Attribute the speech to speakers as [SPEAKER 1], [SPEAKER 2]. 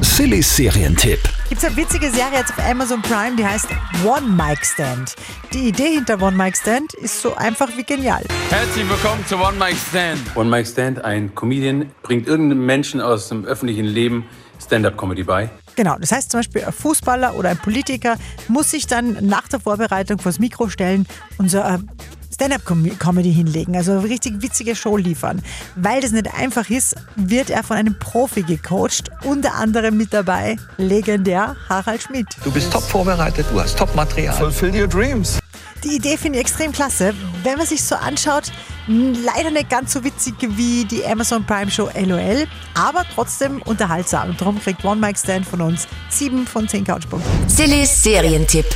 [SPEAKER 1] Silly Serientipp.
[SPEAKER 2] Gibt es eine witzige Serie jetzt auf Amazon Prime, die heißt One Mic Stand. Die Idee hinter One Mic Stand ist so einfach wie genial.
[SPEAKER 3] Herzlich willkommen zu One Mike Stand.
[SPEAKER 4] One Mike Stand, ein Comedian, bringt irgendeinem Menschen aus dem öffentlichen Leben Stand-up-Comedy bei.
[SPEAKER 2] Genau, das heißt zum Beispiel ein Fußballer oder ein Politiker muss sich dann nach der Vorbereitung vors Mikro stellen und so eine Stand-up-Comedy hinlegen, also eine richtig witzige Show liefern. Weil das nicht einfach ist, wird er von einem Profi gecoacht, unter anderem mit dabei legendär Harald Schmidt.
[SPEAKER 5] Du bist top vorbereitet, du hast top Material.
[SPEAKER 6] Fulfill your dreams.
[SPEAKER 2] Die Idee finde ich extrem klasse. Wenn man sich so anschaut, m, leider nicht ganz so witzig wie die Amazon Prime Show LOL, aber trotzdem unterhaltsam. Und darum kriegt One Mic Stand von uns 7 von 10 Couchpunkten.
[SPEAKER 7] Silly Serientipp.